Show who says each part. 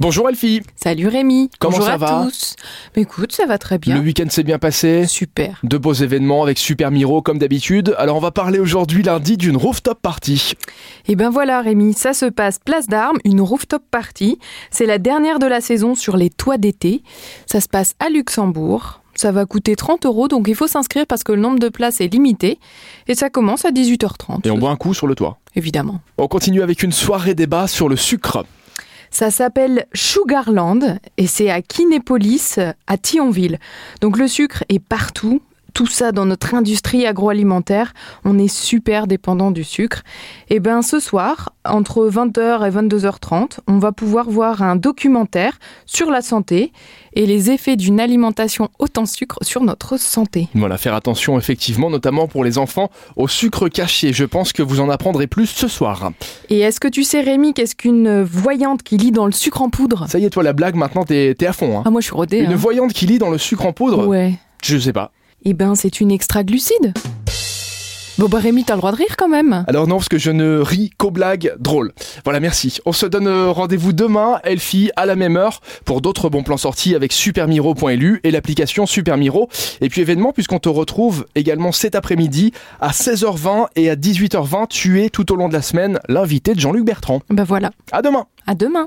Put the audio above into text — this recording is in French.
Speaker 1: Bonjour Elfie,
Speaker 2: Salut Rémi.
Speaker 1: Comment
Speaker 2: Bonjour
Speaker 1: ça
Speaker 2: à
Speaker 1: va
Speaker 2: tous. Mais écoute, ça va très bien. Eh,
Speaker 1: le week-end s'est bien passé
Speaker 2: Super.
Speaker 1: de beaux événements avec Super Miro comme d'habitude. Alors on va parler aujourd'hui lundi d'une rooftop party.
Speaker 2: Et ben voilà Rémi, ça se passe place d'Armes, une rooftop party. C'est la dernière de la saison sur les toits d'été. Ça se passe à Luxembourg. Ça va coûter 30 euros, donc il faut s'inscrire parce que le nombre de places est limité. Et ça commence à 18h30.
Speaker 1: Et on boit un coup sur le toit.
Speaker 2: Évidemment.
Speaker 1: On continue avec une soirée débat sur le sucre.
Speaker 2: Ça s'appelle Sugarland et c'est à Kinépolis, à Thionville. Donc le sucre est partout. Tout ça dans notre industrie agroalimentaire, on est super dépendant du sucre. Et ben ce soir, entre 20h et 22h30, on va pouvoir voir un documentaire sur la santé et les effets d'une alimentation haute en sucre sur notre santé.
Speaker 1: Voilà, faire attention effectivement, notamment pour les enfants, au sucre caché. Je pense que vous en apprendrez plus ce soir.
Speaker 2: Et est-ce que tu sais Rémi qu'est-ce qu'une voyante qui lit dans le sucre en poudre
Speaker 1: Ça y est, toi la blague, maintenant t'es t'es à fond. Ah. hein.
Speaker 2: Ah moi je suis rodée.
Speaker 1: Une
Speaker 2: hein.
Speaker 1: voyante qui lit dans le sucre en poudre
Speaker 2: Ouais.
Speaker 1: Je sais pas.
Speaker 2: Eh ben, c'est une extra-glucide. Bon bah Rémi, t'as le droit de rire quand même.
Speaker 1: Alors non, parce que je ne ris qu'aux blagues drôles. Voilà, merci. On se donne euh, rendez-vous demain, Elfie, à la même heure, pour d'autres bons plans sortis avec supermiro.lu et l'application Supermiro. Et puis événement, puisqu'on te retrouve également cet après-midi à 16h20 et à 18h20, tu es tout au long de la semaine l'invité de Jean-Luc Bertrand.
Speaker 2: Bah voilà,
Speaker 1: À demain
Speaker 2: à demain.